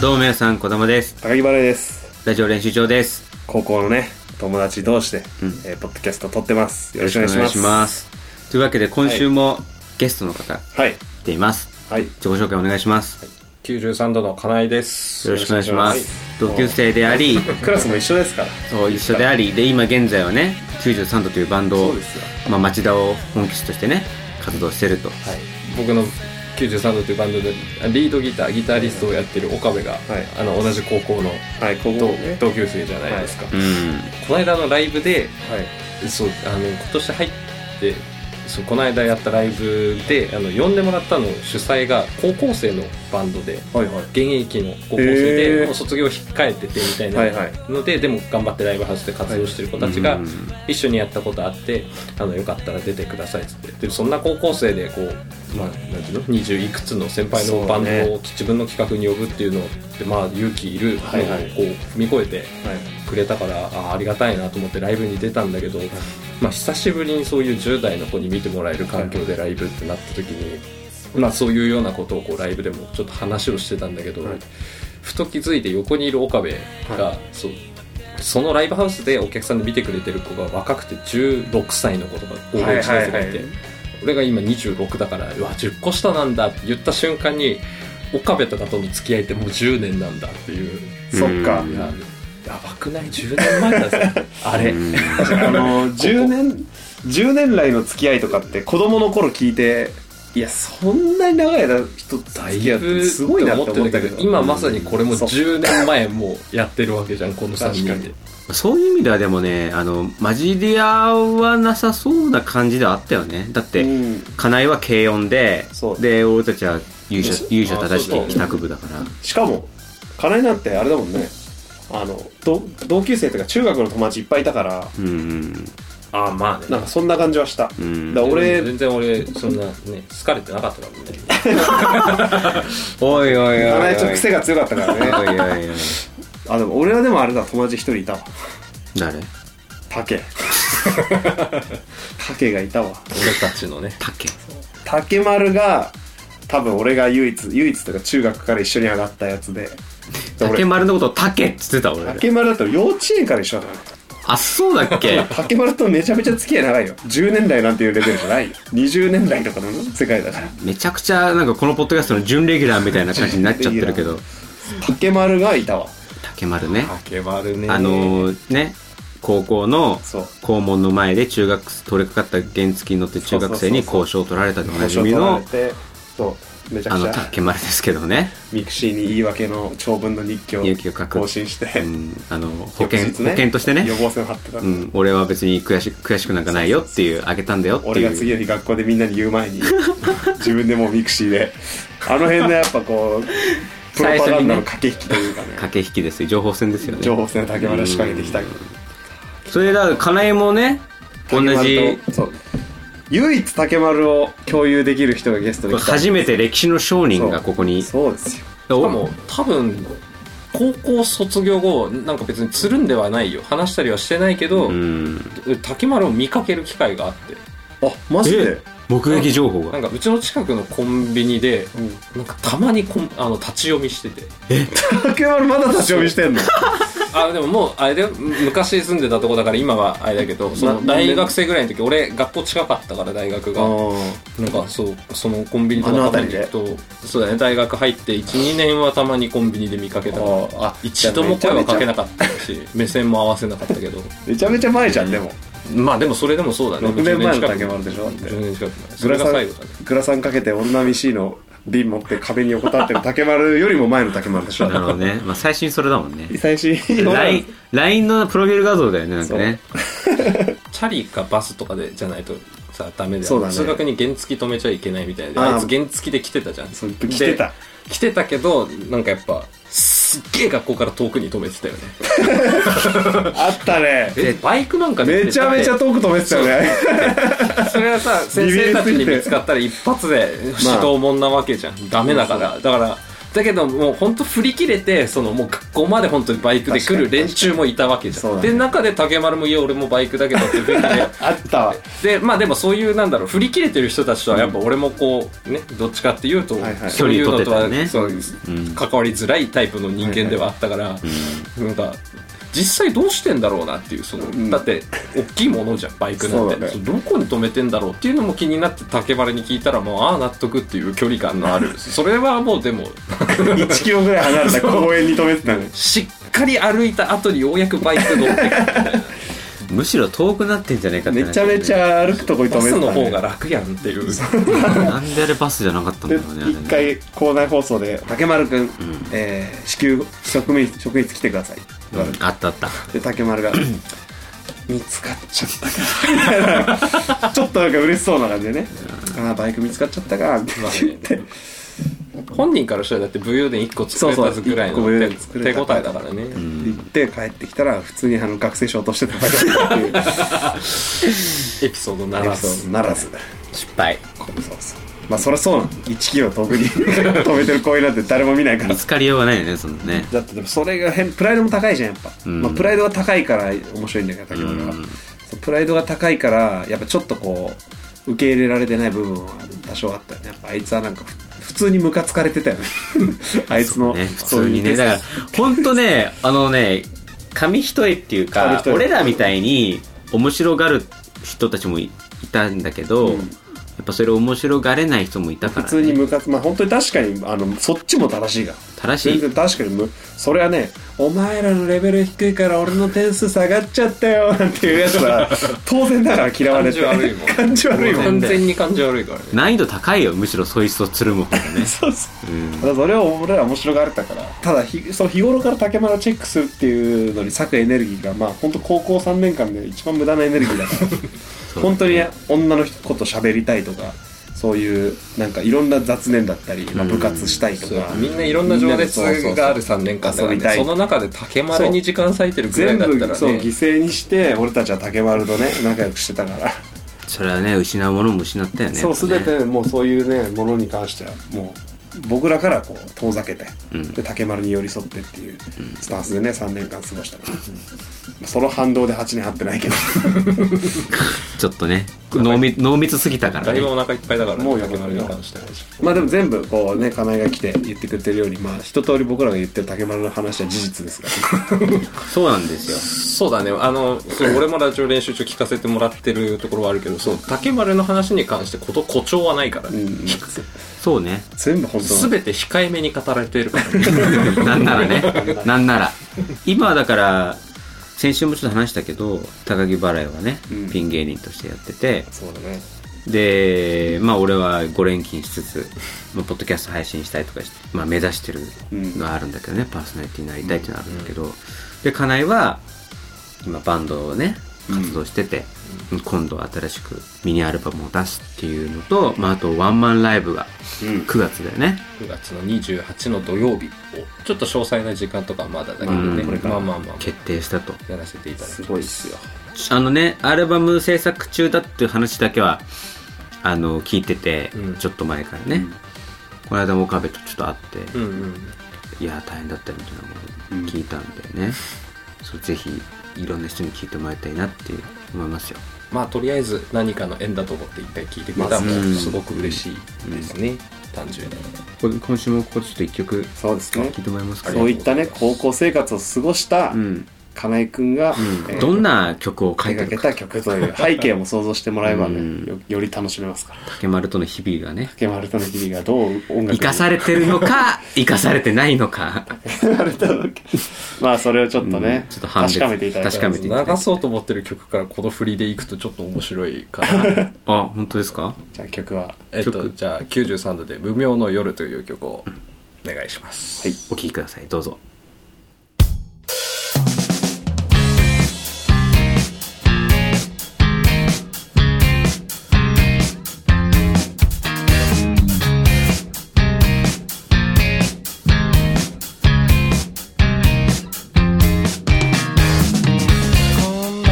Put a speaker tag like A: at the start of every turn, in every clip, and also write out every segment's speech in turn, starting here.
A: どうも皆さん、小玉です。
B: 高木バレーです
A: ラジオ練習場です。
B: 高校のね友達同士で、
A: うん
B: えーポッドキャスト撮ってますよろしくお願いします
A: よろくお願いしますというわけで、今週もゲストの方
B: はい
A: 来ています。
B: はい
A: 自己紹介お願いします。
C: 93度の金井です。
A: よろしくお願いしま
B: よろし
A: す。同級生であり、
B: クラスも一緒ですから
A: そう一緒であり、で、今現在はね、93度というバンドを、
B: すよ
A: まあ、町田を本拠地としてね、活動してると。
B: はい
C: 僕の93度というバンドで、リードギター、ギタリストをやってる岡部が、
B: い
C: あの、同じ高校の
B: はい高校
C: 同,、
B: ね
C: 同級生じゃないですか。
A: うん。
C: この間のライブで、
B: はい
C: そう、あの、今年入って、そう、この間やったライブで、あの、呼んでもらったの主催が高校生のバンドで、
B: はいはい
C: 現役の高校生で、
B: へー
C: もう卒業を控えててみたいな。
B: はいはい
C: のででも頑張ってライブハウスで活動してる子たちが
A: うん
C: 一緒にやったことあって「あのよかったら出てください」っつってでそんな高校生でこう、まあ、なんていうの20いくつの先輩
B: そう
C: の
B: ね
C: バンドを自分の企画に呼ぶっていうのって、まあ、勇気いるのを
B: はいはい
C: こう踏み越えて
B: はい
C: くれたからあありがたいなと思ってライブに出たんだけど、まあ、久しぶりにそういう10代の子に見てもらえる環境でライブってなった時に、まあ、そういうようなことをこうライブでもちょっと話をしてたんだけど、
B: はい
C: ふと気づいて横にいる岡部が、
B: は
C: そうそのライブハウスでお客さんで見てくれてる子が若くて16歳の子とか高校1年生がいて、
B: はいはいはい
C: 俺が今26だからうわ10個下なんだって言った瞬間に岡部とかとの付き合いってもう10年なんだっていう。
B: そっか
A: うん
C: いややばくない10年前だぜあれ、
A: う ん
B: あの10年10年来の付き合いとかって子供の頃聞いていやそんなに長い間人と
C: だ
B: 付
C: い
B: き合うっ
C: ぶ
B: てすごいなって思ったけ
C: 思
B: ど
C: 今まさにこれも
B: そう
C: 10年前もうやってるわけじゃんこの3人で
A: そういう意味ではでもね、あの、混じり合わなさそうな感じではあったよね。だって、
B: うん
A: 金井は軽音で
B: そう
A: で俺たちは勇者勇者正し
C: あそうだよ
A: き帰宅部だから
B: しかも金井なんてあれだもんねあのど同級生とか中学の友達いっぱいいたから
A: うんうん
C: ああまあね
B: なんかそんな感じはした
A: うん
B: だから俺
C: 全然俺そんなね好かれてなかったからね
A: おいおいおいおい
B: 金井ちょっと癖が強かったからね
A: おいおいおいおい
B: あでも俺はでもあれだ友達一人いたわ
A: 誰
B: タケタケがいたわ
C: 俺たちのね
A: 竹
B: タケ丸が多分俺が唯一唯一というか中学から一緒に上がったやつでで
A: 竹
B: 俺
A: 丸のことを竹っつってた俺
B: 竹丸だと幼稚園から一緒だからね
A: あそうだっけ
B: 竹丸とめちゃめちゃ付き合い長いよ10年代なんていうレベルじゃないよ20年代とかの世界だから
A: めちゃくちゃなんかこのポッドキャストの準レギュラーみたいな感じになっちゃってるけど
B: 竹丸がいたわ
A: 竹丸ね
C: 竹丸ね
A: あのーね高校の
B: そう
A: 校門の前で中学取れかかった原付に乗って中学生に交渉を取られたでおなじみの
B: そうめちゃ
A: あ
B: くち
A: の
B: ゃ
A: 竹丸ですけどね
B: ミクシーに言い訳の長文の日記を
A: 日記を書く
B: 更新して、
A: うん、あの保険、
B: 翌日ね
A: 保険としてね
B: 予、防線を張ってた、
A: うん、俺は別に悔し悔しくなんかないよっていうあげたんだよっていう
B: 俺が次の日学校でみんなに言う 前に自分でもうミクシーであの辺のやっぱ こうプロパガンダの駆け引きというかね
A: 駆け引きですよ情報戦ですよね
B: 情報戦を竹丸仕掛けてきたけど
A: それだから金井もね同じ
B: 竹丸とそう唯一竹丸を共有できる人がゲストで来た
A: 初めて歴史の商人がここに
B: そうですよ
C: しかも多分高校卒業後なんか別につるんではないよ話したりはしてないけど、
A: うん
C: 竹丸を見かける機会があって
B: あマジで
A: え目撃情報
C: な
A: が
C: んかうちの近くのコンビニで
B: うん
C: なんかたまにこんあの立ち読みしてて
B: 竹丸まだ立ち読みしてんの
C: あでももうあれで昔住んでたとこだから今はあれだけどその大学生ぐらいの時俺学校近かったから大学がなんかそうそのコンビニと
B: あの
C: かたま
B: 辺
C: に
B: り
C: 行くとそうだね大学入って12年はたまにコンビニで見かけたから
B: ああ
C: 一度も声はかけなかったし目線も合わせなかった けど
B: めちゃめちゃ前じゃんでも
C: まあでもそれでもそうだね
B: 6年前の竹
C: 10
B: 丸でしょだって
C: 年近く前そ
B: グラ
C: れが
B: サ
C: 最
B: ン
C: 後だね
B: グラサンかけて女見 C の瓶持って壁に横たわってる竹丸よりも前の竹丸でしょ
A: なるほど ね、まあ、最新それだもんね
B: 最新
A: LINE LINE のプロフィール画像だよねなんかね
C: チャリかバスとかでじゃないとさダメで
B: そうだね
C: 通学に原付止めちゃいけないみたいで
B: あー
C: あいつ原付で来てたじゃん
B: そう来てた
C: で来てたけどなんかやっぱすっげえ学校から遠くに止めて たよね
B: あったね
C: えバイクなんかで
B: めちゃめちゃ遠く止めてたよね
C: それはさ先生たちに見つかったら一発で指導もんなわけじゃん、ダメだからだからだけどもう本当振り切れてそのもう学校まで本当にバイクで来る連中もいたわけじ
B: そ
C: ゃ、
B: うんだね
C: で中で竹丸もいや俺もバイクだけどっていうふうにね
B: あったわ
C: でまあでもそういうなんだろう振り切れてる人たちとはやっぱ俺もこうねどっちかっていうと、
B: はいはい
C: そういうのとは
A: 距離取ってたよね
C: そう
A: うん
C: 関わりづらいタイプの人間ではあったから、なんか実際どうしてんだろうなっていうその、
B: ん
C: だって大きいものじゃんバイクなんて
B: そうだね
C: そうどこに止めてんだろうっていうのも気になって竹原に聞いたらもうああ納得っていう距離感のあるそれはもうでも
B: 1キロぐらい離れた公園に止めてたのに
C: しっかり歩いた後にようやくバイク乗って
A: むしろ遠くなってんじゃないかって
B: めちゃめちゃ歩くとこに止
C: バ
B: めてた
C: スの
B: の
C: 方
B: に
C: が楽やんっていう
A: なんであれバスじゃなかったんだ
B: で
A: ろうねあれ
B: 一
A: ね
B: 回校内放送で「竹丸君、んえー至急職員職員室来てください」って言われて
A: あったあった
B: で竹丸が 「見つかっちゃったか」ちょっとなんか嬉しそうな感じでね「ああバイク見つかっちゃったか」って
C: まあ
B: 言っ
C: ね
B: て
C: 本人からしたらだって武勇伝1個作れたぐらいの
B: そうそう
C: 手
B: 一個作れ
C: 手
B: た
C: 応えだからね、
B: 行って帰ってきたら普通にあの学生証として ただけだっていう
C: エピソードな
B: エ
C: ら
B: ピソー
C: ず
B: ドならず
A: 失敗
B: そうそうまあそりゃそうなの1キロ遠くに 止めてる公園なんて誰も見ないから
A: 見つかりようがないよねそのね
B: だってでもそれが変プライドも高いじゃんやっぱ、
A: ん
B: まあ、プライドが高いから面白いんだけど竹村は、
A: うん
B: そうプライドが高いからやっぱちょっとこう受け入れられてない部分は多少あったよねやっぱあいつはなんかふ普通にムカつかれてた よねあいつの
A: ね普通にねだから
B: そう
A: 本当ねあのね紙一重っていう
B: 紙
A: か
B: 一重
A: 俺らみたいに面白がる人たちもいいたんだけど、
B: うん
A: やっぱそれ面白がれない人もいたから、
B: 普
A: ね、
B: 通にムカつまあ本当に確かにあのそっちも正しいが
A: 正し
B: 全
A: い
B: 然確かにむそれはねお前らのレベル低いから俺の点数下がっちゃったよなんていうやつは当然だから嫌われて
C: 感じ悪いもん
B: 感じ悪いもん
C: 完全に感じ悪いからね
A: 難易度高いよむしろそいつとつるむ方が ね
B: そうそう
A: うん
B: ただそれを俺ら面白がれたからただひその日頃から竹丸をチェックするっていうのに割くエネルギーがまあ本当高校3年間で一番無駄なエネルギー だから本当に女の人と喋りたいとかそういうなんかいろんな雑念だったり、まあ、部活したいと
C: そう
B: か、
C: みんないろんな情熱がある3年間だから、
B: 遊びた
C: ね、
B: い
C: その中で竹丸に時間割いてるぐら
B: 全
C: いだった
B: 部
C: らね
B: そう犠牲にして俺たちは竹丸とね仲良くしてたから、
A: それはね失うものも失ったよね
B: そう
A: や
B: 全
A: っぱね
B: てもうそういうねものに関してはもう僕らからこう遠ざけて、
A: うん
B: で竹丸に寄り添ってっていうスタンスでね3年間過ごしたから、その反動で8年会ってないけど
A: ちょっとね濃密濃密すぎたから
C: だい
A: ね
C: ぶお腹いっぱいだから、ね、
B: もうやばい
C: 竹丸に関しては
B: まあでも全部こうね金井が来て言ってくれてるようにまあ一通り僕らが言ってる竹丸の話は事実ですから、
A: そうなんです
C: そうだねあのそう俺もラジオ練習中聞かせてもらってるところはあるけどそう竹丸の話に関してこと誇張はないから
B: うん、
C: ね、
A: よそうね
B: 全部本当なの
C: 全て控えめに語られてるから ね
A: なんならねなんなら今はだから先週もちょっと話したけど高木払いはね、
B: うん
A: ピン芸人としてやってて
B: そうだね
A: でまあ俺は5連勤しつつ、まあ、ポッドキャスト配信したりとかして、まあ、目指してるのはあるんだけどね、パーソナリティになりたいっていうのはあるんだけど、で金井は今バンドをね活動してて、今度新しくミニアルバムを出すっていうのと、まあ、あとワンマンライブが
B: うん
A: 9月だよね、
C: 9月の28の土曜日をちょっと詳細な時間とかはまだだけどね、
A: うん
B: これから
C: まあまあまあ
A: 決定したと
C: やらせていただきま
B: す
C: す
B: ごいっすよ
A: あのねアルバム制作中だっていう話だけはあの聞いてて、
C: うん
A: ちょっと前からね、この間も岡部とちょっと会って、
C: うんうん
A: いやー大変だったみたいなことを聞いたんだよね、そうぜひいろんな人に聞いてもらいたいなって思いますよ
C: まあとりあえず何かの縁だと思って一回聞いてくれたら
B: ま
A: あうん
C: すごく嬉しいですね、単純に
A: これ今週もここちょっと一曲
B: そうですね
A: 聞いてもらえますか
B: そういったね高校生活を過ごした
A: うん
B: 金井君が、えー
A: どんな曲を書
B: 手
A: いて
B: 掛け
A: るか
B: た曲という背景も想像してもらえば
A: う
B: ね
A: ん
B: よより楽しめますから
A: 竹丸との日々がね
B: 竹丸との日々がどう音楽に
A: 生かされてるの か生かされてないのか
B: 生かれたのかまあそれをちょっとね、
A: うんちょっと判別
B: 確かめていただき
A: 確かめていただいて
C: 流そうと思ってる曲からこの振りでいくとちょっと面白いかな
A: あ本当ですか
B: じゃあ曲は
C: えっと
A: 曲
C: じゃあ93度で「無名の夜」という曲をお願いします、
A: お聴きくださいどうぞ
D: こんな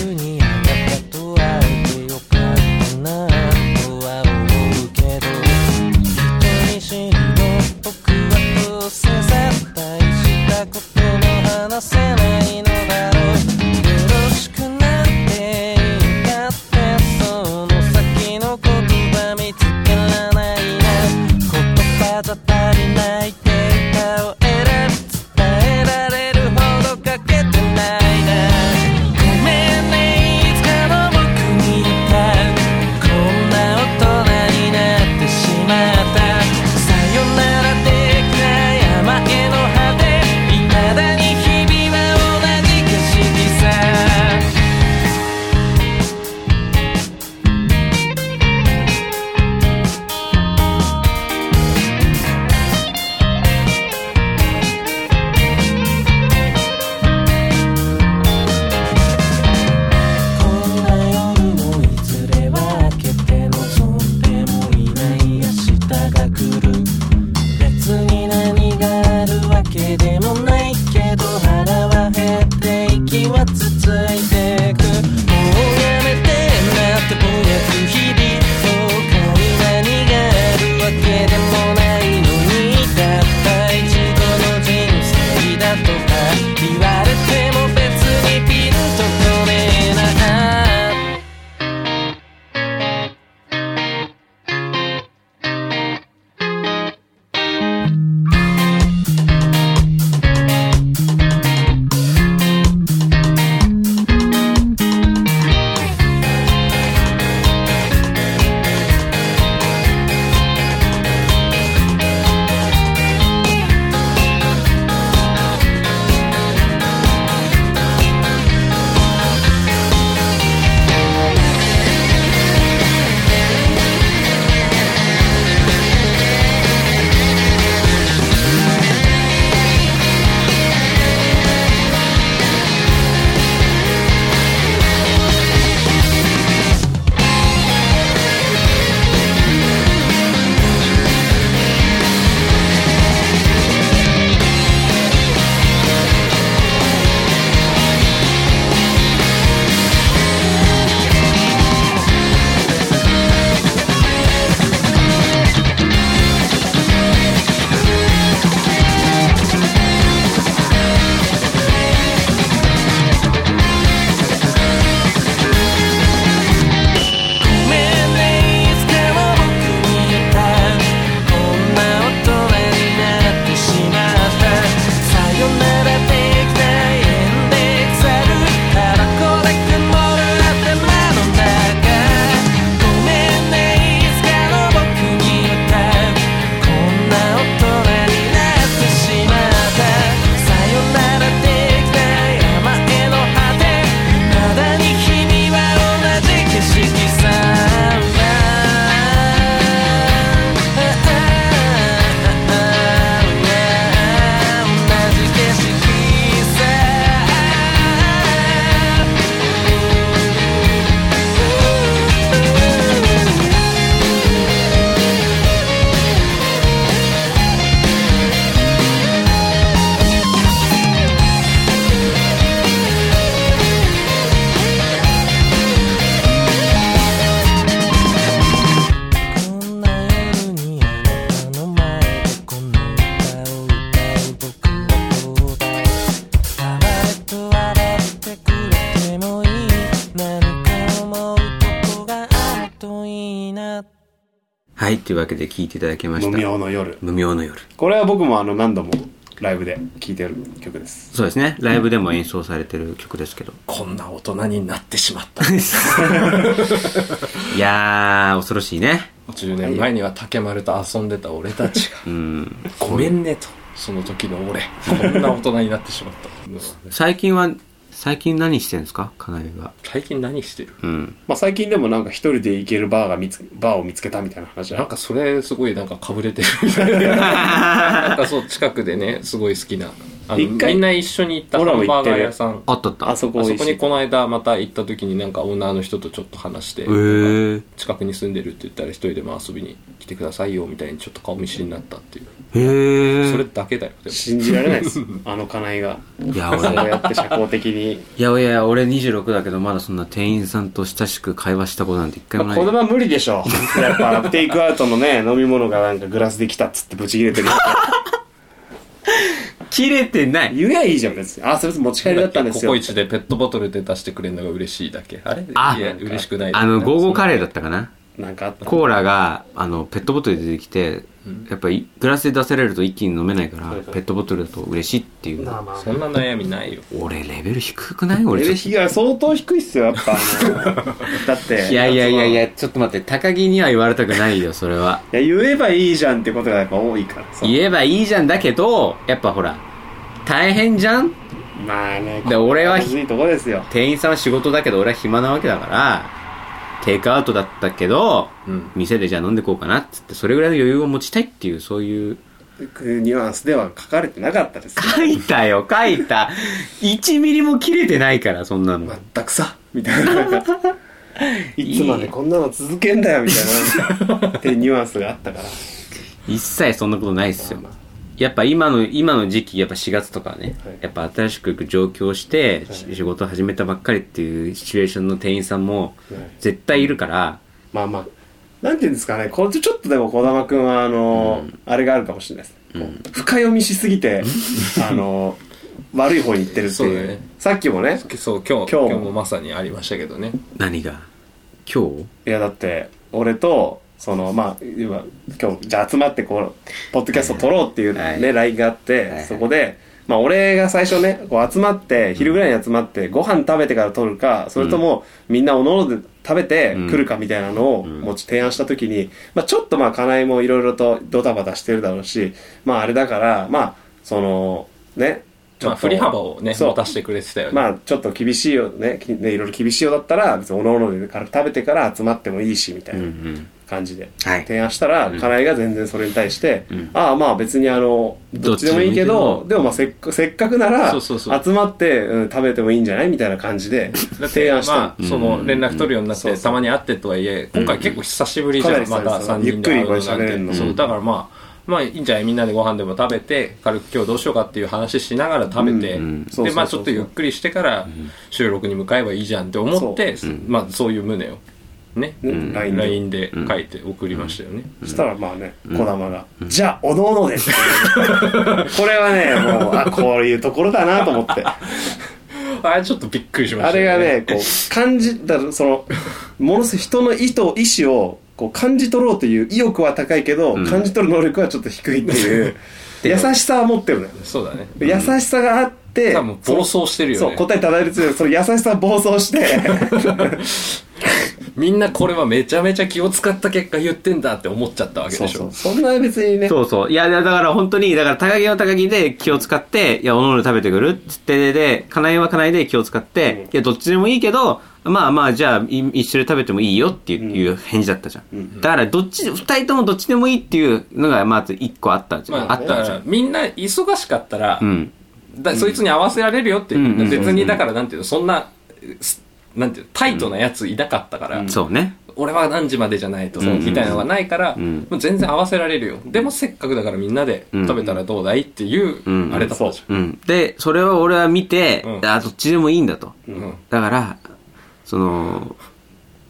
D: 夜にあなたと会えてよかったなとは思うけど人見知りの僕はどうせ絶対知といいな
A: はい、というわけで聞いていただきまし
B: 無
A: た。
B: 名の夜
A: 無名の夜。
B: これは僕もあの何度もライブで聴いてる曲です
A: そうですね。ライブでも演奏されてる曲です けど。
C: こんな大人になってしまった。
A: いやー、恐ろしいね。
C: 10年前には竹丸と遊んでた俺たちが、
A: うん。
C: ごめんねと。その時の俺、こんな大人になってしまった。
A: 最近は、最近何してんですかかなえは。
C: 最近何してる
A: うん。
B: まあ最近でもなんか一人で行けるバーが見つバーを見つけたみたいな話
C: なん
B: だ
C: かそれすごいなんかかぶれてるみたいななんかそう近くでねすごい好きなあの
B: 一回
C: みんな一緒に行ったハ
B: 俺らも
C: ン
B: 行っ
C: バー
B: て
C: ガ
B: る
C: ー屋さん
A: あったあった。
B: あそこ
C: あ
B: 美
C: そ
B: 味
C: こ
B: し
C: に
B: い
C: この間また行った時になんかオーナーの人とちょっと話して、
A: へー。
C: 近くに住んでるって言ったら一人でも遊びに来てくださいよみたいにちょっと顔見知りになったっていう、
A: へー。
C: それだけだよでも
B: 信じられないです あの金井が
A: いや、
B: そう
A: 俺、
B: やって社交的に
A: いやいや、俺26だけど、まだそんな店員さんと親しく会話したことなんて一回も
B: ま
A: な
B: あ
A: い。
B: これは無理でしょうやっぱテイクアウトのね飲み物がなんかグラスで来たっつってブチ切れてる
A: 切れてない
B: 言えばいいじゃん別にあそれ持ち帰りだったんです
C: コ
B: よ
C: コイチでペットボトルで出してくれるのが嬉しいだけあれ
A: あ
C: いや嬉しくない
A: あの、ゴーゴーカ
C: レ
A: レーだったかな
B: なんかあった
A: コーラが、あの、ペットボトルで出てきて、やっぱりグラスで出されると一気に飲めないから、ペットボトルだと嬉しいっていう。
B: まあまあ
C: そんな悩みないよ
A: 俺、レベル低くない俺、
B: レ
A: ち
B: ベ
A: ょ
B: ル
A: っと
B: 低いや相当低いっすよやっぱあのだって
A: いやいやいやいや、ちょっと待って、高木には言われたくないよ、それは。
B: いや言えばいいじゃんってことがやっぱ多いからさ
A: 言えばいいじゃんだけど、やっぱほら、大変じゃん
B: まあね
A: で俺は
B: むずいとこですよ
A: 店員さんは仕事だけど、俺は暇なわけだから、テイクアウトだったけど、
C: うん
A: 店でじゃあ飲んでこうかなっつって、それぐらいの余裕を持ちたいっていう、そういう。
B: ニュアンスでは書かれてなかったですよ
A: 書いたよ、書いた。1ミリも切れてないから、そんなの。
B: 全くさみたいななんか いつまでこんなの続けんだよみたいなってニュアンスがあったから
A: 一切そんなことないっすよやっぱ今の今の時期やっぱ4月とかね、
B: はい
A: やっぱ新しく上京して、し仕事始めたばっかりっていうシチュエーションの店員さんも
B: はい
A: 絶対いるから、
B: まあまあなんていうんですかねこうちょっとでも児玉君はあのーあれがあるかもしれないですね、こう深読みしすぎてあ のー悪い方に行ってるって
C: そうだ
B: いう
C: ね
B: さっきもね
C: そう今日
B: 今日も
C: 今日もまさにありましたけどね
A: 何が今日
B: いやだって俺とそのまあ今今日じゃあ集まってこうポッドキャスト撮ろうっていうね、
A: はい
B: LINE があって、
A: はい
B: そこで、まあ、俺が最初ねこう集まって昼ぐらいに集まってご飯食べてから撮るかそれともみんなおのおので食べて来るかみたいなのを
A: ん
B: もう提案した時に、まあ、ちょっとまあ金井もいろいろとドタバタしてるだろうしまああれだからまあそのねちょっと
C: まあ振り幅をね
B: そう
C: 持たせてくれてたよね、
B: まあちょっと厳しいよねきねいろいろ厳しいようだったら別におのおのでから食べてから集まってもいいしみたいな感じで
A: はい
B: 提案したら、金井が全然それに対して、ああまあ別にあのどっちでもいいけ
A: どっちでもいいけど
B: どでもまあせっかせっかくなら
C: そうそうそう
B: 集まって、うん食べてもいいんじゃないみたいな感じで
C: だって
B: 提案したの、
C: まあ、その連絡取るようになって、たまに会ってとはいえ今回結構久しぶりじゃん、
B: うん
C: また3人で会うのな
B: ゆっくりこれ喋
C: ん
B: れ
C: て、
B: るの
C: そうだからまあまあいいんじゃないみんなでご飯でも食べて軽く今日どうしようかっていう話しながら食べて、
B: うんうんそうそうそう
C: で
B: そう
C: まあちょっとゆっくりしてから収録に向かえばいいじゃんって思ってまあ、そういう旨をね
B: ね LINE で
C: LINE で書いて送りましたよね、
B: そしたらまあね児玉が、じゃあおのおので」ってい うこれはねもうあこういうところだなと思って。
C: あれちょっとびっくりしまし
B: あ
C: た
B: れ
C: よ
B: がね、こう、感じ、だからその、ものすごい人の意図、意志を、こう、感じ取ろうという意欲は高いけど、感じ取る能力はちょっと低いって いう、優しさは持ってるのよ。
C: そうだね
B: 優しさがあって、
C: 多分暴走してるよね
B: そのそう、答えただりつつ、その優しさは暴走して、
C: みんなこれはめちゃめちゃ気を使った結果言ってんだって思っちゃったわけ
B: そ
C: で
B: う
C: し
B: そ
C: ょ
B: う。そんな別に ね、
A: そうそう。いや、だから本当に、だから高木は高木で気を使って、いや、おのおの食べてくるっつって、で、かなえはかなえで気を使って、いや、どっちでもいいけど、まあまあ、じゃあ、い一緒に食べてもいいよっていう,、返事だったじゃん。だから、どっち、二人ともどっちでもいいっていうのが、まず一個あったじゃん。
C: まあ、
A: あったじゃん。
C: みんな忙しかったら、
A: うん。
C: だそいつに合わせられるよって、
A: うんうん
C: 別にだからなんていうのそんなすなんていうのタイトなやついなかったから、
A: そうね。
C: 俺は何時までじゃないとみたいなのがないから、
A: ん
C: もう全然合わせられるよでもせっかくだからみんなで
A: ん
C: 食べたらどうだいっていう、
A: うん
C: あれだったじ
A: うん。で、それを俺は見て、
C: うん
A: あ、どっちでもいいんだと。
C: ゃん、うん
A: だから、その、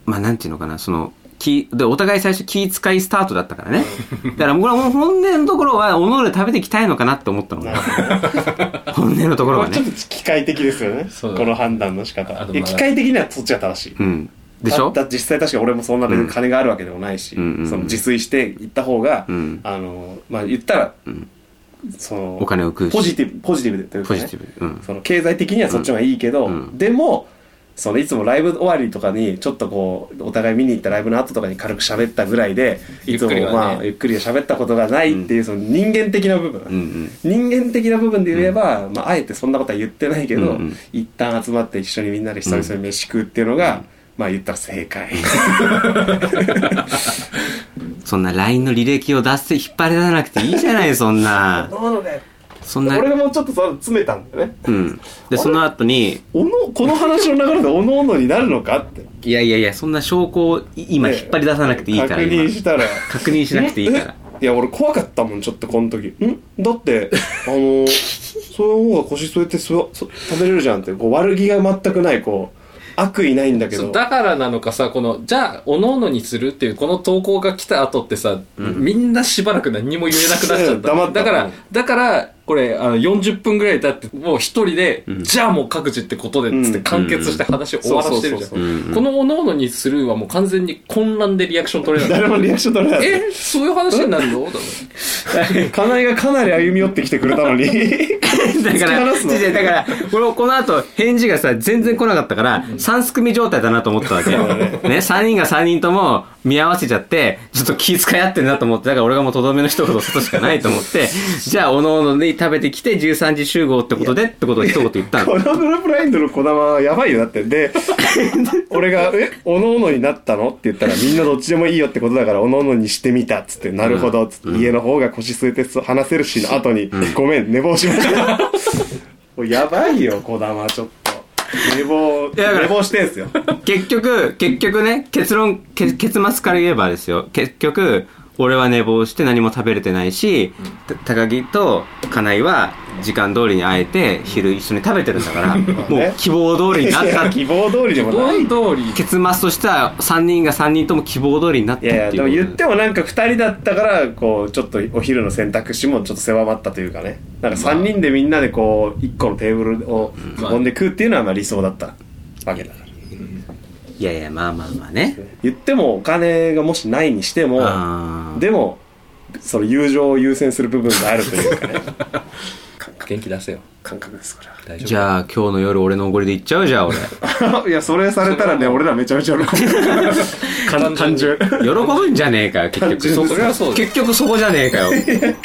A: まあ、なんていうのかな、その、気、で、お互い最初気使いスタートだったから ね。だから、これはもう本音のところは、おのおので食べていきたいのかなって思 ったの。俺本音のところ
B: こ
A: は
B: れちょっ
A: ね。
B: と機械的ですよね。
C: そうだ
B: この判断の仕方。
C: あと
B: いや
C: まあ
B: 機械的にはそっちが正しい。
A: うん。でしょ
B: あだ実際確か俺もそんな別に金があるわけでもないし、
A: うんうんうん
B: その自炊して行った方が、
A: うん
B: あのまあ言ったら、
A: ん
B: その
A: お金を食うし
B: ポジティブポジティブでというか
A: ポ
B: ね
A: ジティブうん
B: その経済的にはそっちの方がいいけど、
A: うんうん
B: でもそのいつもライブ終わりとかにちょっとこうお互い見に行ったライブの後とかに軽く喋ったぐらいでいつも
C: ゆっくりはね
B: まあゆっくり喋ったことがないっていうその人間的な部分、
A: うんうん
B: 人間的な部分で言えば、まあ、あえてそんなことは言ってないけど、
A: うんうん
B: 一旦集まって一緒にみんなで久々に飯食うっていうのが、まあ言ったら正解
A: そんな LINE の履歴を出して引っ張り出さなくていいじゃ ないそんなそ んな
B: 俺もちょっとそれ詰めたんだよね
A: うんでその後に
B: おのこの話の流れでおのおのになるのかって
A: いやいやいやそんな証拠を今
B: ね
A: 引っ張り出さなくていいから
B: 確
A: 今
B: 認したら
A: 確認しなくていい から
B: えいや俺怖かったもんちょっとこの時んだってあのー そういう方が腰添えてすわそ食べれるじゃんってこう悪気が全くないこう悪意ないんだけ
C: そ
B: ど
C: うだからなのかさこのじゃあおのおのにするっていうこの投稿が来た後ってさ、みんなしばらく何も言えなくなっちゃっ た
B: 黙った
C: だか
B: う
C: ら
B: ん
C: だからこれあの40分ぐらい経ってもう一人で、じゃあもう各自ってことでっつって
B: うん
C: 完結して話を終わらせてるじゃん、
B: そうそうそう
A: そううん
C: このおのおのにするはもう完全に混乱でリアクション取れない
B: 誰もリアクション 取れなかった
C: えそういう話になる のだろ
B: かなえがかなり歩み寄ってきてくれたのに
A: だから、
B: 突き放すの
A: 違う違うだから、俺もこの後、返事がさ、全然来なかったから、三すくみ状態だなと思ったわけ。ね、三人が三人とも見合わせちゃって、ちょっと気遣い合ってんなと思って、だから俺がもうとどめの一言するしかないと思って、じゃあ、おのおので食べてきて、13時集合ってことでってことを一言言ったの。
B: このグループラインドのこだまはやばいよだってで俺が「えおのおのになったの?」って言ったらみんなどっちでもいいよってことだからおのおのにしてみたっつって「なるほど」っつって、家の方が腰据えて話せるしの後に「ごめん寝坊しま した」もうやばいよこだまちょっと寝
A: や
B: 坊
A: だから
B: 寝坊してんすよ
A: 結局、結局ね、結論、け結末から言えばですよ。結局、俺は寝坊して何も食べれてないし、た高木と金井は時間通りに会えて昼一緒に食べてるんだ から、もう希望通りになったって
B: 希望通りでもないう
C: どん 通り
A: 結末としては3人が3人とも希望通りになったっ
B: い
A: ていう
B: やいやで
A: こ
B: も
A: と
B: 言ってもなんか2人だったからこうちょっとお昼の選択肢もちょっと狭まったというかねなんか3人でみんなでこう1個のテーブルを囲んで食うっていうのはまあ理想だったわけだから
A: いやいやまあまあまあね
B: 言ってもお金がもしないにしても
A: あー
B: でもその友情を優先する部分があるというかね
C: 元気出せよ
B: 感覚ですこれ
C: 大丈夫
A: じゃあ今日の夜俺のおごりで行っちゃうじゃあ 俺
B: はいやそれされたらね俺らめちゃめち ゃ喜ぶ単単純
A: 喜ぶんじゃねえかよ結局
B: 単純
A: そ
C: それはそうだ
A: 結局そこじゃねえ かよ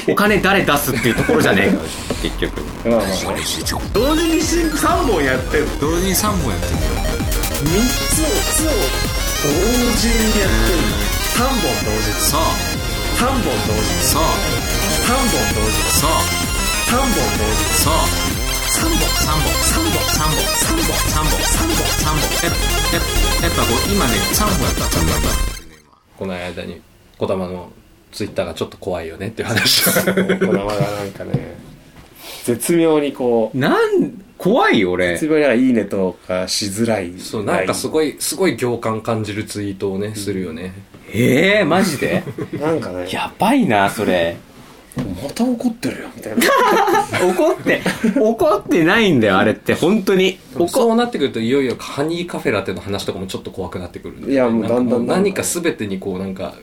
A: お金誰出すっていうところじゃねえかよ結局
B: まあまあまあ同時に3本やってる
A: 同時に3本やってる
B: 3つを同時にやってる3本同時
A: さ
B: 3本同時
A: あさあ
B: 3本同時
A: さあ
B: 3本同時
A: さあ3本3本3本3本3本3本3本3本やっぱやっぱこう今ね3本やった3本やった
C: この間に児玉のツイッターがちょっと怖いよねっていう話を
B: このままがなんかね絶妙にこう
A: なん怖いよ俺
B: 絶妙になんかいいねとかしづらい
C: そうなんかすごいすごい行間感じるツイートをねするよね、
A: ええマジで
B: なんかね
A: やばいなそれ
B: また怒ってるよみたいな
A: 怒って怒ってないんだよあれって本当に
C: そうなってくるといよいよハニーカフェラテの話とかもちょっと怖くなってくるんだよね
B: いやもうだんだん
C: なんかもう何か全てにこうなんか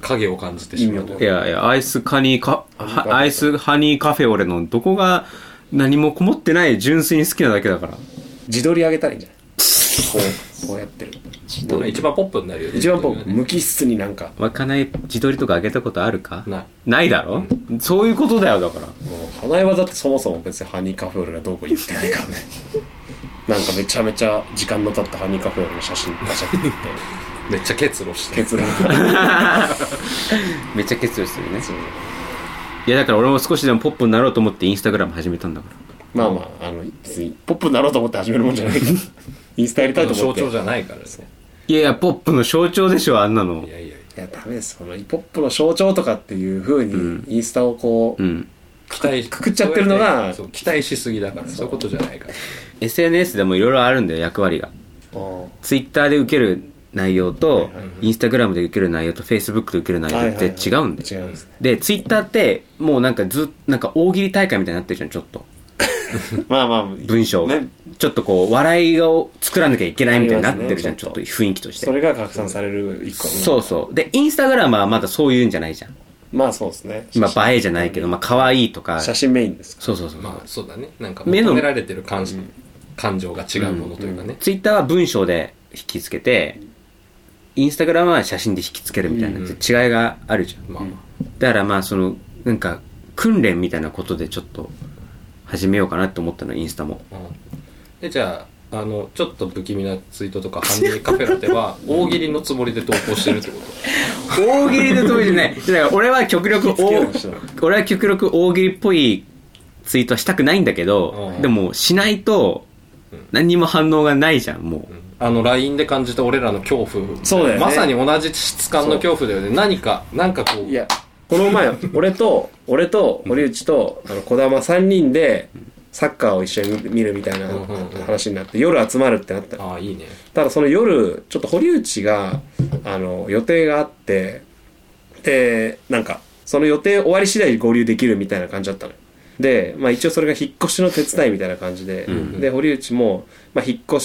C: 影を感じてしまう
B: 意味を
A: いやいやアイスカニーカはアイスハニーカフェオレのどこが何もこもってない純粋に好きなだけだから
B: 自撮り上げたらいいんじゃないこうこうやってる
C: なんか一番ポップになるよね
B: 一番こう
C: ね
B: 無機質になんか
A: まかない自撮りとかあげたことあるか
C: ない
A: ないだろ、そういうことだよだから
B: もう花江はだってそもそも別にハニーカフェオレがどうこう言ってないから ねなんかめちゃめちゃ時間の経ったハニーカフェオレの写真出しゃってって
C: めっちゃ結露して
B: 結論
A: めっちゃ結露してるねいやだから俺も少しでもポップになろうと思ってインスタグラム始めたんだから
B: まあまああの別にポップになろうと思って始めるもんじゃないインスタやりたいと思
C: 象
B: って
C: 徴じゃないからね
A: いやいやポップの象徴でしょあんなの
C: いやいやいや
B: いやダメですこのポップの象徴とかっていうふうにインスタをこう、
A: うん
C: 期待
B: くくっちゃってるのが
C: そう期待しすぎだからそういうことじゃないから
A: SNS でもいろいろあるんだよ役割が
B: あ
A: ツイッターで受ける内容と、インスタグラムで受ける内容と、フェイスブックで受ける内
B: あ
A: 容って違うんだよ。
B: 違うんですね
A: で、ツイッターって、もうなんかずっ、なんか大喜利大会みたいになってるじゃん、ちょっと。
B: まあまあ、
A: 文章が
B: ね、
A: ちょっとこう笑いを作らなきゃいけないみたいになってるじゃん、
B: ありますね
A: ちょっと雰囲気として
B: それが拡散される一個の
A: そうそうでインスタグラムはまだそういうんじゃないじゃん
B: まあそうですね。
A: 今映えじゃないけどまあ可愛いとか
B: 写
A: そう
B: 真メインですか
A: そうそう、
C: まあそうだねなんか
A: 目の
C: 求められてる感,、感情が違うものというかね、
A: ツイッターは文章で引きつけてインスタグラムは写真で引きつけるみたいな、
C: うんうん
A: 違いがあるじゃん、
C: まあま
A: だからまあそのなんか訓練みたいなことでちょっと始めようかなと思ったのインスタも
C: あ、うんでじゃああのちょっと不気味なツイート とかハンディカフェラテは大喜利のつもりで投稿してるってこと
A: 大喜利のつもりじゃない だから俺は極力
B: つけよう
A: 大
B: としてない
A: 俺は極力大喜利っぽいツイートはしたくないんだけど
C: うん
A: でもしないと何にも反応がないじゃんもう
C: あの LINE で感じた俺らの恐怖
B: そうだよね
C: まさに同じ質感の恐怖だよね何かなんかこう
B: いや、この前、 俺と、俺と、堀内と、あの、小玉3人で、サッカーを一緒に見るみたいな
C: うんうんうん
B: 話になって、夜集まるってなったの
C: ああいいね
B: ただその夜、ちょっと堀内が、あの、予定があって、で、なんか、その予定終わり次第合流できるみたいな感じだったのよ。で、まあ一応それが引っ越しの手伝いみたいな感じで、で、堀内も、まあ引っ越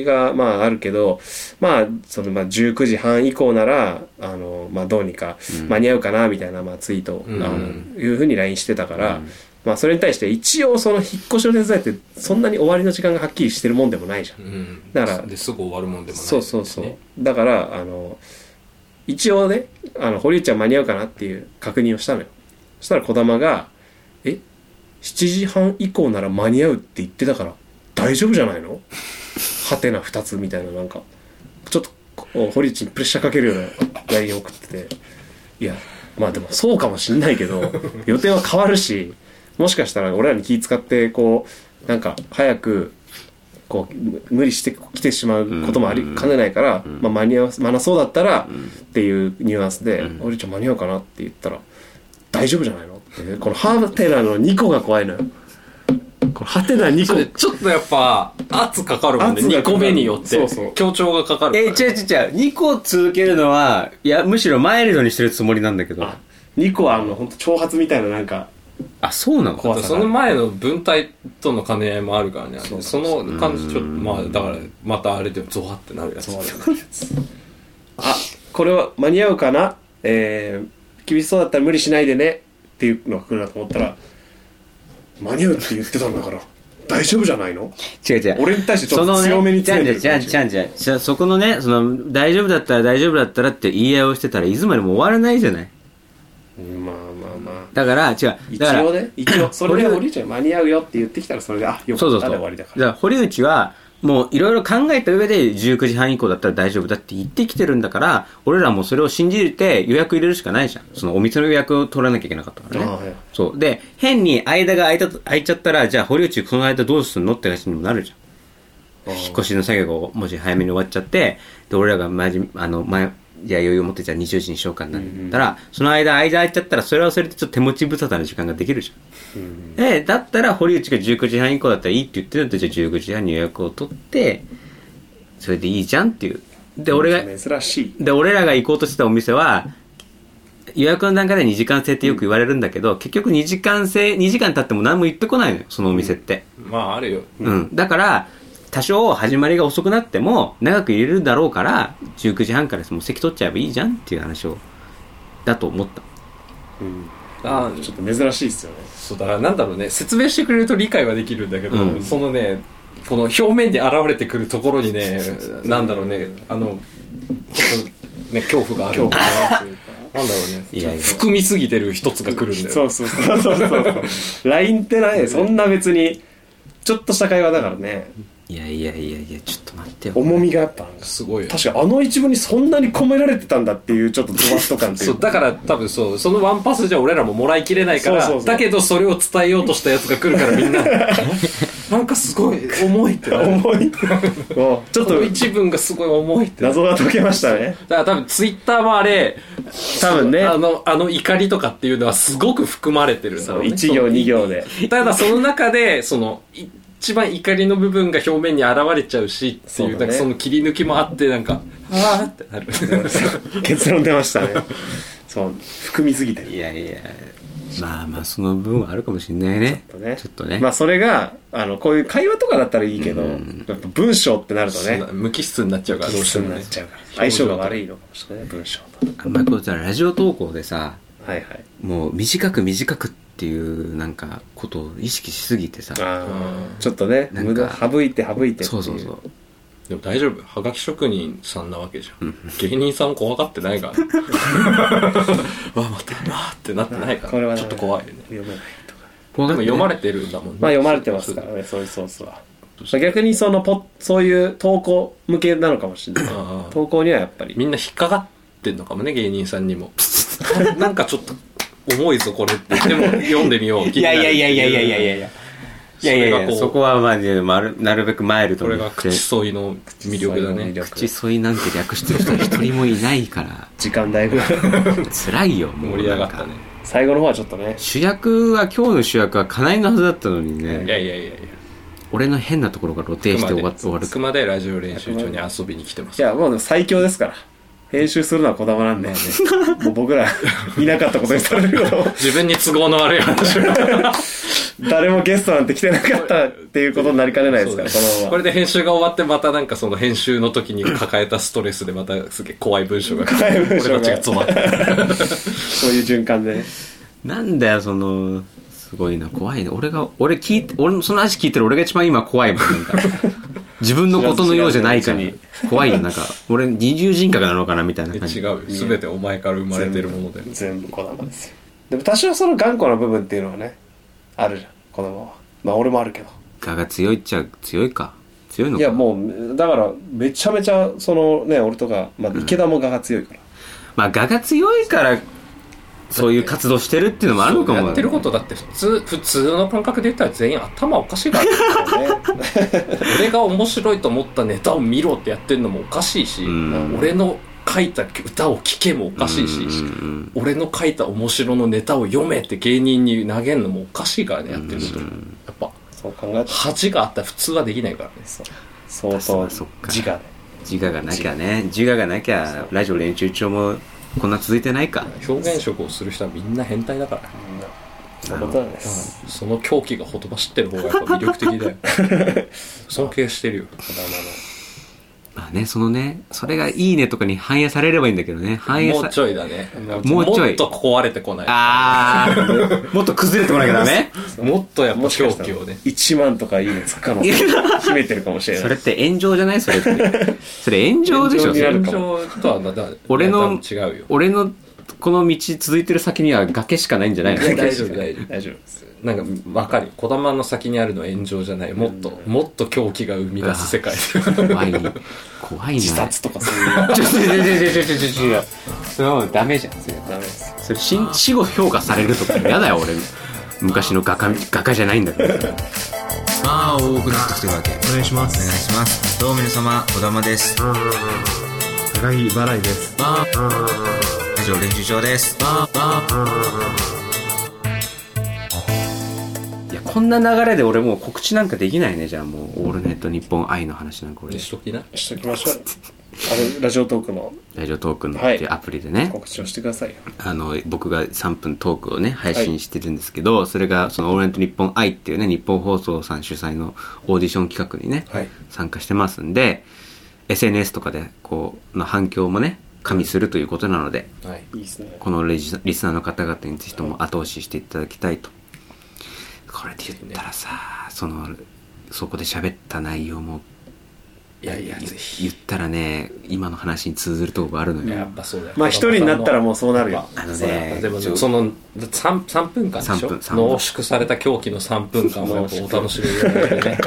B: しが、まああるけど、まあ、その、まあ19時半以降なら、あの、まあどうにか間に合うかな、みたいな、まあツイートを、
C: うん
B: あのいうふうに LINE してたから、まあそれに対して一応その引っ越しの手伝いってそんなに終わりの時間がはっきりしてるもんでもないじゃん
C: う。ん
B: だから
C: ですぐ終わるもんでもない、
B: そうそうそう、だからあの一応ねあの堀内は間に合うかなっていう確認をしたのよそしたら児玉が「え7時半以降なら間に合うって言ってたから大丈夫じゃないの? 」 はてな2つみたいななんかちょっとこう堀内にプレッシャーかけるような LINE を送ってていやまあでもそうかもしんないけ ど予定は変わるしもしかしたら俺らに気使ってこうなんか早くこうむ無理して来てしまうこともありかねないから、まあ、間に合わせ間なそうだったらっていうニュアンスで「俺ちゃん間に合うかな?」って言ったら「大丈夫じゃないの?」ってこのハテナの2個が怖いのよ。このハテナ2
C: それ
B: 個
C: ちょっとやっぱ圧かかるもんね
B: 圧が
C: 2
B: かかる
C: 個目によって
B: そうそう
C: 強調がかかるから
A: え、違う違う違う。2個続けるのは、いや、むしろマイルドにしてるつもりなんだけど。
B: あ2個はあの本当挑発みたいななんか
A: あ、そうな
B: 怖
A: の
B: さ
C: その前の文体との兼ね合いもあるからね
B: そう
C: その感じちょっとまあだからまたあれでゾワってなるやつ
B: あこれは間に合うかなえー、厳しそうだったら無理しないでねっていうのが来るなと思ったら間に合うって言ってたんだから大丈夫じゃないの
A: 違う違う。
B: 俺に対してちょっと強めに
A: じゃ
B: 詰
A: ん
B: め
A: じ
B: て
A: ゃん
B: る
A: じゃんじゃんじゃんじゃん。そこのね、その、大丈夫だったら大丈夫だったらって言い合いをしてたら、いつまでも終わらないじゃない。
B: まあまあまあ
A: だから、違う。
B: 一
A: だから、
B: 応ね一応それで
A: 俺は
B: おりちゃん間に合うよって言ってきたらそれであよか
A: そうそ
B: っ
A: うそ
B: た
A: う。だ
B: で終わりだ
A: か
B: から
A: ら、堀内は、もういろいろ考えた上で19時半以降だったら大丈夫だって言ってきてるんだから、俺らもそれを信じて予約入れるしかないじゃん。そのお店の予約を取らなきゃいけなかったからね。
B: ああはい
A: そう。で、変に間が空いたと、空いちゃったら、じゃあ堀内この間どうすんのって話にもなるじゃん。引っ越しの作業がもし早めに終わっちゃって、で、俺らが前じ、あの、前、じゃあ余裕を持ってじゃあ20時にしようかになったら、その間、間空いちゃったら、それはそれでちょっと手持ち無沙汰な時間ができるじゃん。で、だったら、堀内が19時半以降だったらいいって言ってるんだったら、じゃあ19時半に予約を取って、それでいいじゃんっていう。で、俺が、
B: 珍しい
A: で、俺らが行こうとしてたお店は、予約の段階で2時間制ってよく言われるんだけど、結局2時間制、2時間経っても何も言ってこないのよ、そのお店って。
C: まああるよ
A: うん、だから多少始まりが遅くなっても長く入れるだろうから19時半からもう席取っちゃえばいいじゃんっていう話をだと思った
C: あ
B: ちょっと珍しいっすよね
C: そうだからなんだろうね説明してくれると理解はできるんだけど、
A: うん
C: そのねこの表面に現れてくるところにねなんだろうねあのちょっとね恐怖がある
B: 恐怖
C: があるなんだろうね
A: いやいや
C: 含みすぎてる一つが来るんだよ
B: そうそうそうそうそう。LINE ってね、そんな別に、ちょっとした会話だからね、
A: いやいやいやいやちょっと待ってよ
B: 重みがやっぱなんか、
C: すごいよ
B: 確かあの一文にそんなに込められてたんだっていう、ちょっとゾワッと感ってい
C: そうう。だから多分そうそのワンパスじゃ俺らももらいきれないから
B: そうそうそう
C: だけどそれを伝えようとしたやつが来るからみんななんかすごい重いってなる
B: 重い。もうちょっ
C: そ
B: と
C: の一文がすごい重いってなる
B: 謎が解けましたね。
C: だから多分ツイッターもあれ
B: 多分ね、
C: あのあの怒りとかっていうのはすごく含まれてるんだろうね
B: 1行2行で。
C: ただその中でそのい一番怒りの部分が表面に現れちゃうしってい
B: そう
C: うな
B: だね
C: んかその切り抜きもあってなんかああってなる
B: 結論出ましたね。そう、含みすぎてる。
A: いやいや
B: し
A: まあまあその部分はあるかもしれないね
B: ちょっとね
A: ちょっとね、
B: まあそれがあのこういう会話とかだったらいいけど、
A: うん
B: やっぱ文章ってなるとね
C: そんな無機質になっちゃうからどうして
B: そう
C: も
B: な
C: ね
B: っちゃうから相性が悪いのかもしれない文章と
A: あんまりこうさラジオ投稿でさ
B: はいはい
A: もう短く短くっていうなんかことを意識しすぎてさ
B: あ
C: うん
B: ーちょっとね
A: なんか
B: 無駄省いて省いてってい
A: そうそうそう
C: でも大丈夫はがき職人さんなわけじゃん芸人さん怖がって ないからわまたなーってなってないから
B: これはね
C: ちょっと怖いよね
B: 読めないとか
A: こう
C: でも読ま
A: れ
C: れてるんだもんね
B: まあ読まれてますからねそういうソースは逆にそのポそういう投稿向けなのかもしれない
C: ああ
B: 投稿にはやっぱり
C: みんな引っかかってんのかもね芸人さんにも なんかちょっと重いぞこれってでも読んでみよう
A: いやいやいやいやいやいやいやいやいやいやい
C: それが
A: や
C: こう
A: そこはまあねまるなるべくマイルド
C: こ
A: に
C: れが口
A: 口
C: 添いの魅力だね
B: 口添い
A: 添いな
B: の魅力
A: んて略してる人一人もいないから
B: 時間だいぶ
A: 辛いよもう
C: 盛り上がっ
A: な
C: た
A: ん
C: ね
A: か
B: 最後の方はちょっとね
A: 主役は今日の主役は金井のはずだったのに
C: い
A: ね
C: やいやいやいや
A: 俺の変なところが露呈
C: つ
A: し
C: ま
A: て終わ
C: で
A: っ終わる
C: つくまでラジオ練習場に遊びに来てま
B: い
C: す
B: やもう最強ですから編集するのはこだま なんで、もう僕らいなかったことにされることを
C: 自分に都合の悪い話を
B: 誰もゲストなんて来てなかったっていうことになりかねないですからこのま
C: こ
B: ま
C: れで編集が終わってまたなんかその編集の時に抱えたストレスでまたすげえ 怖い文章が
B: 怖い文章が
C: 俺たちが詰まってる
B: そういう循環でね
A: なんだよ、その、すごいな、怖いね。俺が、俺聞いて、俺のその話聞いてる俺が一番今怖いもん、なん か。自分のことのようじゃないから
B: 違う違う別。
A: 怖いよ、なんか。俺二重人格なのかな、みたいな感
C: 違
A: じ。
C: うよ全てお前から生まれてるもので
B: 全部こだまですよでも多少その頑固な部分っていうのはねあるじゃんこだまはまあ俺もあるけど
A: ガが強いっちゃ強いか。強いの
B: い
A: か。
B: やもうだからめちゃめちゃそのね俺とか、まあ、池田も我が強いから、
A: まあ、ガが強いから、そういう活動してるっていうのもあるのかも。
C: やってることだって普通普通の感覚で言ったら全員頭おか しいから
B: ね
C: 俺が面白いと思ったネタを見ろってやってるのもおかしいし、
A: うん
C: 俺の書いた歌を聴けもおかしいし、
A: うんうんうん
C: 俺の書いた面白のネタを読めって芸人に投げるのもおかしいからねやってる人、やっぱ
B: そう考えて
C: 恥があったら普通はできないからね
B: そう相
A: そ
B: 当
A: っか
B: 自我で
A: 自我がなきゃね。自我がなきゃ、ラジオ練習中も、こんな続いてないか。
C: 表現職をする人はみんな変態だから、
B: みんなそういうことなんです
C: その狂気がほとばしってる方がやっぱ魅力的だよ 尊敬してるよ
B: こだまの
A: まあね、そのね、それがいいねとかに反映されればいいんだけどね。反映
C: もう
A: さ
C: ちょいだね
A: もうちょい
C: もっと壊れてこない
A: あー、 もっと崩れてこなきゃダメ
C: もっとやっぱ
B: もしか
C: 狂
B: したら
C: 気をね
B: 1万とかいいねつく可能性秘めてるかもしれ
A: そ
B: ない
A: れって炎上じゃないそれって。それ炎上でしょ
B: 炎上になる
C: 現
B: かも
C: 状とはまた
A: 俺の
C: 多分違うよ
A: 俺のこの道続いてる先には崖しかないんじゃないの
C: いや大丈夫大丈夫
B: 大丈夫です
C: なんか分かるよ小玉の先にあるのは炎上じゃないもっともっと狂気が生み出す世界
A: 怖い。怖いな。
B: 自殺とかそういうの
A: ちょちょちょちょちょちょちょちょ。それはもうダメじゃん。それ
B: ダメです
A: それ死死後評価されるとか嫌だよ俺。昔の画家、画家じゃないんだから。
E: まあ多くなってきてるわけお願いしますお願いしますどうも皆様こだまです高木払いですまあラジオ練習場ですまあまあ
A: いや、こんな流れで俺もう告知なんかできないね。じゃあもう、オールナイト日本愛の話なんか俺
C: に、しときな
B: しときましょうよあのラジオトークの
A: ラジオトークの
B: はい
A: っていうアプリでね。
B: 告知をしてくださいよ
A: あの僕が3分トークをね配信してるんですけど、それがその「オールナイトニッポン愛」っていうね日本放送さん主催のオーディション企画にね、
B: はい
A: 参加してますんで SNS とかでこうの反響もね加味するということなので
C: はい
B: いいですね
A: このリスリスナーの方々にぜひとも後押ししていただきたいとこれで言ったらさそのそこで喋った内容も
C: いやいや
A: 言
C: ぜひ
A: 言ったらね今の話に通ずるとこがあるのよ、
C: やっぱそうだよ
B: まあ一人になったらもうそうなるよ
A: あの
C: そうだ
A: ね
C: でも
A: ちょ
C: その 3, 3分間でし
A: 3
C: ょ
A: 分3分
C: 濃縮された狂気の3分間をやっぱお楽しみになるね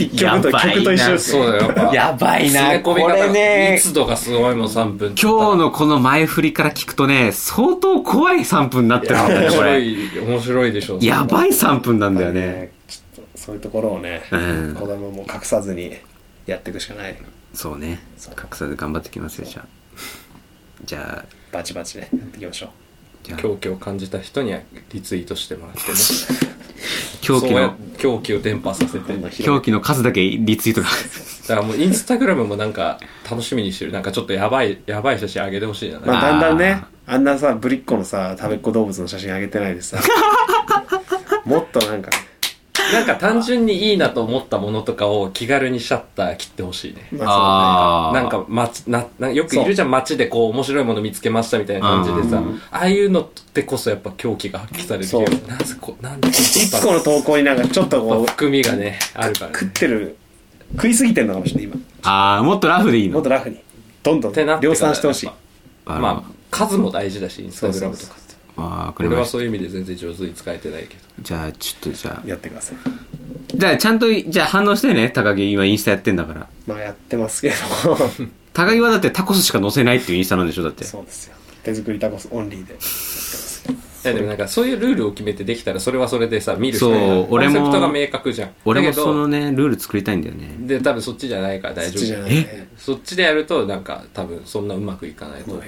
B: 一曲と
A: やばいな
B: 曲と一緒です
C: そうだよやっぱ
A: やばい
C: 詰
A: な
C: め込
A: こ
C: み方
A: れね
C: 密度がすごいもん3分
A: 今日のこの前振りから聞くとね、相当怖い3分になってるんだ よ
C: 面
A: ね、こ
C: 白
A: れ。
C: い面白いでしょ
A: やばい3分なんだよね。
B: ちょっとそういうところをね
A: うん
B: 子供も隠さずにやっていくしかない
A: そうね。隠さず頑張ってきますよ、じゃあ。じゃあ、
B: バチバチねやっていきましょう
A: じゃあ
C: 狂気を感じた人にはリツイートしてもらってね
A: 狂気
C: そうや
A: の、
C: 狂気を伝播させて
B: こんな
C: だ
B: 広
A: 狂
B: い
A: 気の数だけリツイート が。
C: からもうインスタグラムもなんか楽しみにしてるなんかちょっとやばいやばい写真上げてほしいな、
B: まあだんだんねあんなさぶりっ子のさ食べっ子動物の写真あげてない でさもっとなんか
C: なんか単純にいいなと思ったものとかを気軽にシャッター切ってほしいね。
B: まあ
A: ー
C: なんか街ななよくいるじゃん街でこう面白いもの見つけましたみたいな感じでさ、ああいうのってこそやっぱ狂気が発揮されるけど
B: そう
C: なぜこなんで
B: そうね一個の投稿になんかちょっと
C: やっ
B: こ
C: ぱ
B: う
C: 含みがねあるから
B: 食っ
C: ね
B: てる食いすぎてんのかもしれない今
A: ああもっとラフでいい
B: もっ
A: の
B: とラフにどんど
C: ってなっ
B: ん
C: てか
B: 量
C: ら
B: 産してほしい
C: やっぱまあ数も大事だしインスタグラムとかって
A: あわかり
C: 俺
A: ま
C: は
A: した
C: そういう意味で全然上手に使えてないけど
A: じゃあちょっとじゃあ
B: やってください
A: じゃあちゃんとじゃあ反応してね高木今インスタやってんだから
B: まあやってますけど
A: 高木はだってタコスしか載せないっていうインスタなんでしょだって
B: そうですよ手作りタコスオンリーでやってますけど
C: いやでもなんかそういうルールを決めてできたらそれはそれでさ見る
A: そ
C: 人
A: う
C: がコ
A: 俺
C: ン
A: も
C: セプトが明確じゃん
A: 俺も
C: だけど
A: そのねルール作りたいんだよね
C: で多分そっちじゃないから大
B: そ
C: 丈
B: っちじゃ
C: 夫
B: ないね
C: そっちでやるとなんか多分そんなうまくいかないと思う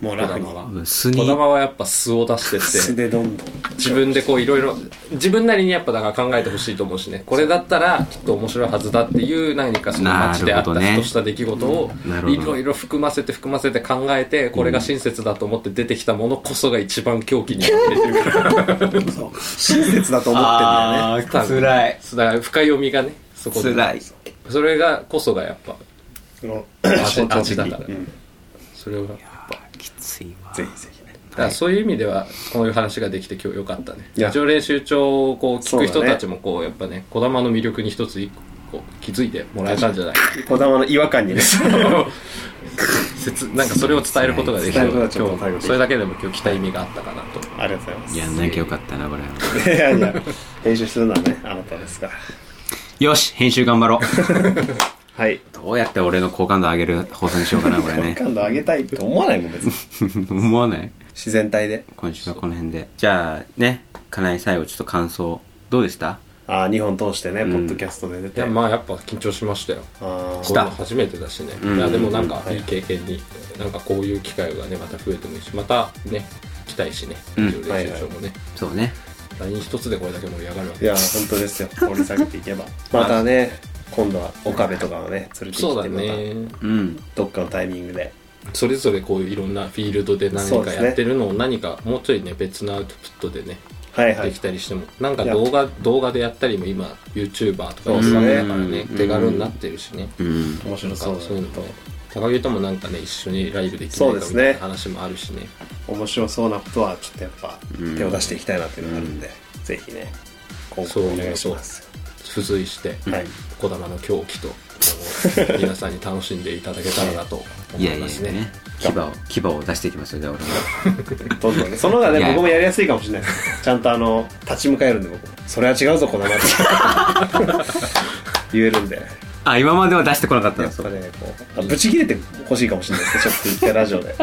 B: もう
C: 児
B: ラフに
C: 玉は
A: うん素
C: 児
A: に
C: 玉はやっぱ素を出してって
B: 素でどんどん
C: 自分でこういろいろ自分なりにやっぱだから考えてほしいと思うしねこれだったらきっと面白いはずだっていう何かその街であった
A: なるほどね
C: ふとした出来事を
A: なるほど
C: いろいろ含ませて含ませて考えてこれが親切だと思って出てきたものこそが一番狂気に溢れてるから
B: そう親切だと思ってんだよね
A: あー辛い
C: だから深読みがねそこで
A: 辛い
C: それがこそがやっぱ
B: その
C: 味
B: 象徴
C: 味
B: 的
C: だから
B: うん
C: それはだ
A: きついわ
B: ぜひぜひね
C: からそういう意味ではこういう話ができて今日良かったね
B: いや
C: 一応練習帳をこう聞く
B: そ
C: 人
B: うだね
C: たちもこうやっぱね児玉の魅力に一つ一個こう気づいてもらえたんじゃない
B: 児玉の違和感にね
C: 切なんかそれを伝えることができ
B: 伝え
C: る
B: ること
C: 今
B: がちょっと
C: 日それだけでも今日来た意味があったかなと
B: ありがとうございます
A: やんなきゃよかったなこれ
B: いやいや編集するのはねあなたですから
A: よし編集頑張ろう
B: はい
A: どうやって俺の好感度上げる放送にしようかなこれね
B: 感度上げたいって思わないもん別に
A: 思わない
B: 自然体で
A: 今週はこの辺でじゃあねかなえ最後ちょっと感想どうでした
B: ああ2本通してね、
A: ん
B: ポッドキャストで出
C: い
B: て
C: やまあやっぱ緊張しましたよ
B: あー
C: こういうの初めてだしね、
A: うん
C: いやでもなんかいい経験に、なんかこういう機会がねまた増えてもいいしまたね来たいしね、
A: うん
C: 練習帳もね、
A: そうね
C: LINE 一つでこれだけ盛り上がるわ
B: い
C: け
B: や本当ですよ掘り下げていけば またね今度は岡部とかをね連れてきて
C: そう
B: ま
C: だ
B: た
C: ね
A: うん
B: どっかのタイミングで
C: それぞれこういういろんなフィールドで何
B: そう
C: か
B: ですね
C: やってるのを何かもうちょいね別なアウトプットでね
B: はいは
C: で
B: い
C: きたりしても、なんか
B: いや
C: 動画動画でやったりも今 YouTuber とか
B: そう
C: で
B: です
C: す
B: ね
C: からね
A: うん
C: 手軽になってるしね、
A: うん
B: 面白そう
C: そういうの
B: だ
C: と高木ともなんかね一緒にライブできないか
B: そう
C: みたい
B: です
C: な
B: ね
C: 話もあるしね
B: と面白そうなことはちょっとやっぱ
A: うん
B: 手を出していきたいなっていうのがあるんで、ぜひね今後
C: そうね
B: お願いします
C: 付随して
B: はい
C: 児玉の 狂気とあの皆さんに楽しんでいただけたらなと
A: い
C: 思
A: や
C: い
A: いや
C: ま
A: い
C: す
A: や
C: ね
A: ね牙を牙を出していきますよじゃあ俺も
B: どんどんねその方が
A: いや
B: ね僕もやりやすいかもし れないですちゃんとあの立ち向かえるんで僕もそれは違うぞこのまま 言えるんで
A: あ今までは出してこなかった
B: や
A: の
B: っ
A: そ
B: ぱ
A: う
B: ねこうあぶち切れてほしいかもしれない ですねちょっと一回ラジオで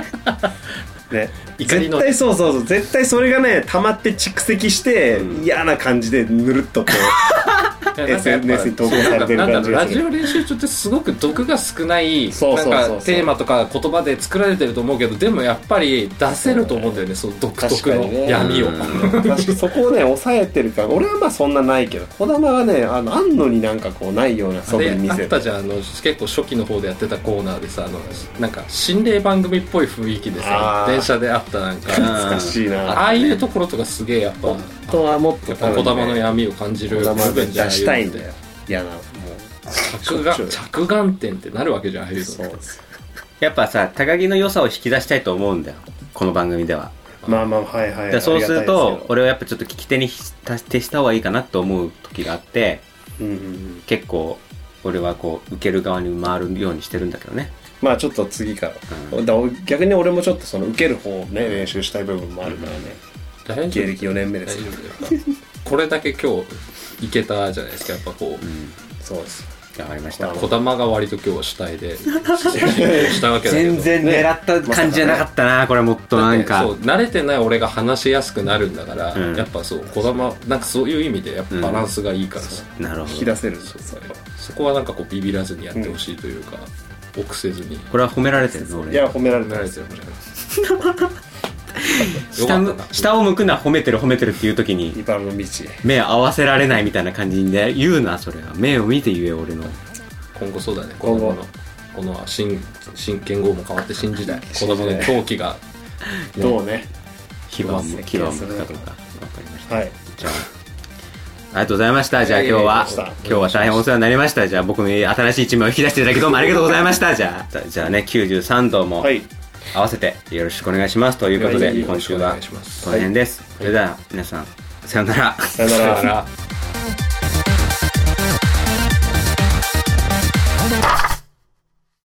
B: ね
C: 怒りの
B: 絶対そうそうそう絶対それがね溜まって蓄積して、嫌な感じでぬるっとこう SNS に投稿されてる
C: なん
B: 感
C: だろ
B: じ
C: う
B: が
C: ラ
B: す
C: ジ
B: る
C: オ練習中ってすごく毒が少ない
B: そうそうそうそう
C: なんかテーマとか言葉で作られてると思うけどでもやっぱり出せると思うんだよねその独特
B: 確か
C: の
B: にね
C: 闇を、
A: うん
B: 確かにそこをね抑えてるから俺はまあそんなないけど児玉はねあのあんのになんかこうないような素振り見
C: であ
B: せ
C: っ
B: る
C: たじゃんあの結構初期の方でやってたコーナーでさあのなんか心霊番組っぽい雰囲気でさ
B: あー
C: 電車であったなん か
B: 懐かしい
C: あ
B: な
C: あいうところとかすげえやっぱやっ
B: あとはもっと
C: ぱ児玉の闇を感じる
B: 児
C: 部
B: 玉は
C: 分
B: 出
C: じゃない
B: したいんだよ嫌なも
C: 着眼着眼点ってなるわけじゃんああいうう
B: そう
C: の
B: です
A: やっぱさ高木の良さを引き出したいと思うんだよこの番組では
B: まあまあはいは
A: だ
B: い
A: からそうする
B: あり
A: と
B: がたいですけど
A: 俺はやっぱちょっと聞き手に徹した方がいいかなと思う時があって
B: うんうんうん
A: 結構俺はこう受ける側に回るようにしてるんだけどね
B: まあちょっと次から、
A: う
B: だから逆に俺もちょっとその受ける方をね練習したい部分もあるからね、
C: 大丈
B: 芸
C: 夫
B: 歴4年目で
C: 大
B: す
C: 丈
B: から
C: 夫だよこれだけ今日いけたじゃないですかやっぱこう、
B: そうです
A: わかりました
C: 児玉が割と今日は主体 でしたわけだけど
A: 全然狙った感じじゃなかったなこれもっとなんか
C: そう慣れてない俺が話しやすくなるんだから、
A: うん
C: やっぱそう児玉なんかそういう意味でやっぱバランスがいいからさ、
A: なるほ
B: 引き
A: ど
B: 出せるそれは
C: そこはなんかこうビビらずにやってほしいというか、臆 せずに
A: これは褒められてるの
B: い
A: 俺
B: や褒められて
C: 慣
B: な
C: れ
B: い
C: てるも
A: 下
C: ん
A: む下を向くな褒めてる褒めてるっていう時に
B: 茨の道
A: 目合わせられないみたいな感じで言うなそれは目を見て言え俺の
C: 今後そうだね
B: 今後
C: このこの新新言語も変わって新時代子供の狂気が
B: どうね
A: 気は
B: ね
A: 気は向くかどうか分かりました、
B: はい
A: じゃあありがとうございました。じゃあ今日は、
B: いやいやいや
A: 今日は大変お世話になりました。じゃあ僕の新しい一面を引き出していただきどうもありがとうございました。じゃあ、じゃあね、93度も
B: はい
A: 合わせてよろしくお願いします。ということ
C: は
A: で、
C: い
A: 今週
C: よ
A: は
C: ろしくお願いします
A: この辺です。それでは皆さん、さようなら。
B: さよなら
C: ら